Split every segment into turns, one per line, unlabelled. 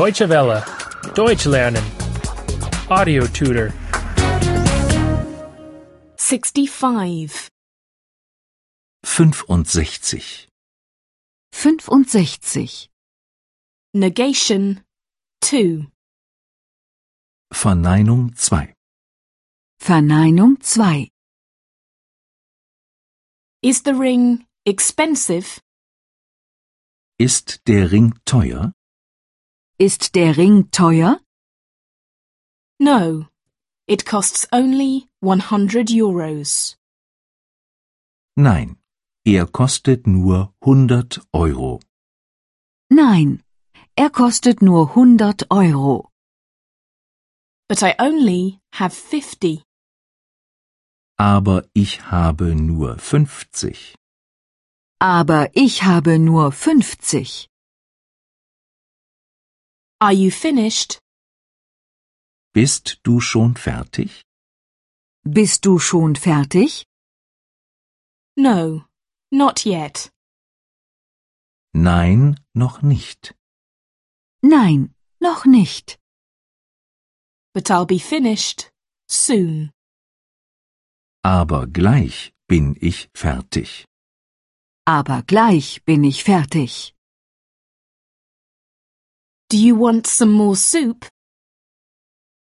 Deutsche Welle. Deutsch lernen. Audio tutor.
65.
65.
65.
Negation. 2.
Verneinung 2.
Verneinung 2.
Is the ring expensive?
Ist der Ring teuer?
Ist der Ring teuer?
No. It costs only 100 euros.
Nein, er kostet nur 100 Euro.
Nein. Er kostet nur 100 Euro.
But I only have 50.
Aber ich habe nur 50.
Aber ich habe nur 50.
Are you finished?
Bist du schon fertig?
Bist du schon fertig?
No. Not yet.
Nein, noch nicht.
Nein, noch nicht.
But I'll be finished soon.
Aber gleich bin ich fertig.
Aber gleich bin ich fertig.
Do you want some more soup?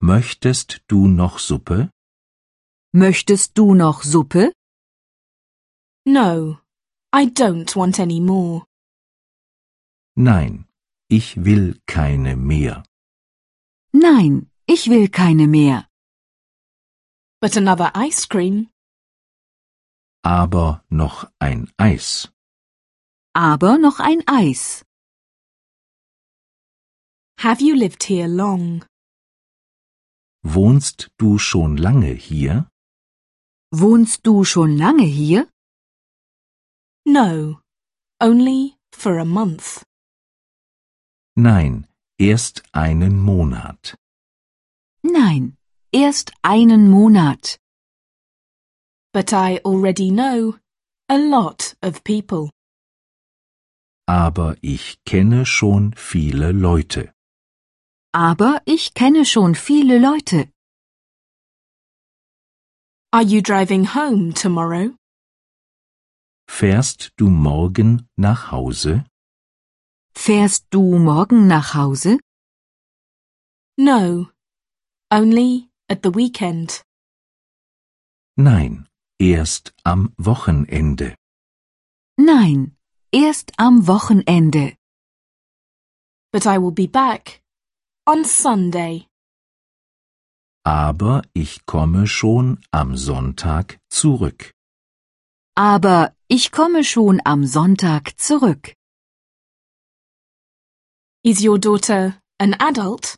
Möchtest du noch Suppe?
Möchtest du noch Suppe?
No. I don't want any more.
Nein, ich will keine mehr.
Nein, ich will keine mehr.
But another ice cream?
Aber noch ein Eis.
Aber noch ein Eis.
Have you lived here long?
Wohnst du schon lange hier?
Wohnst du schon lange hier?
No. Only for a month.
Nein, erst einen Monat.
Nein. Erst einen Monat.
But I already know a lot of people.
Aber ich kenne schon viele Leute.
Aber ich kenne schon viele Leute.
Are you driving home tomorrow?
Fährst du morgen nach Hause?
Fährst du morgen nach Hause?
No. Only at the weekend.
Nein, erst am Wochenende.
Nein. Erst am Wochenende.
But I will be back on Sunday.
Aber ich komme schon am Sonntag zurück.
Aber ich komme schon am Sonntag zurück.
Is your daughter an adult?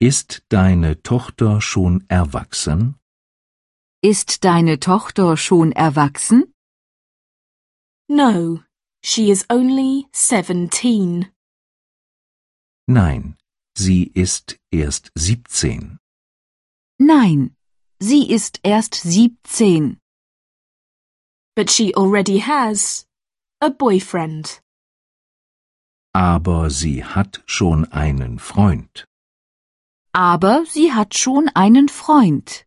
Ist deine Tochter schon erwachsen?
Ist deine Tochter schon erwachsen?
No. She is only 17.
Nein, sie ist erst 17.
Nein. Sie ist erst 17.
But she already has a boyfriend.
Aber sie hat schon einen Freund.
Aber sie hat schon einen Freund.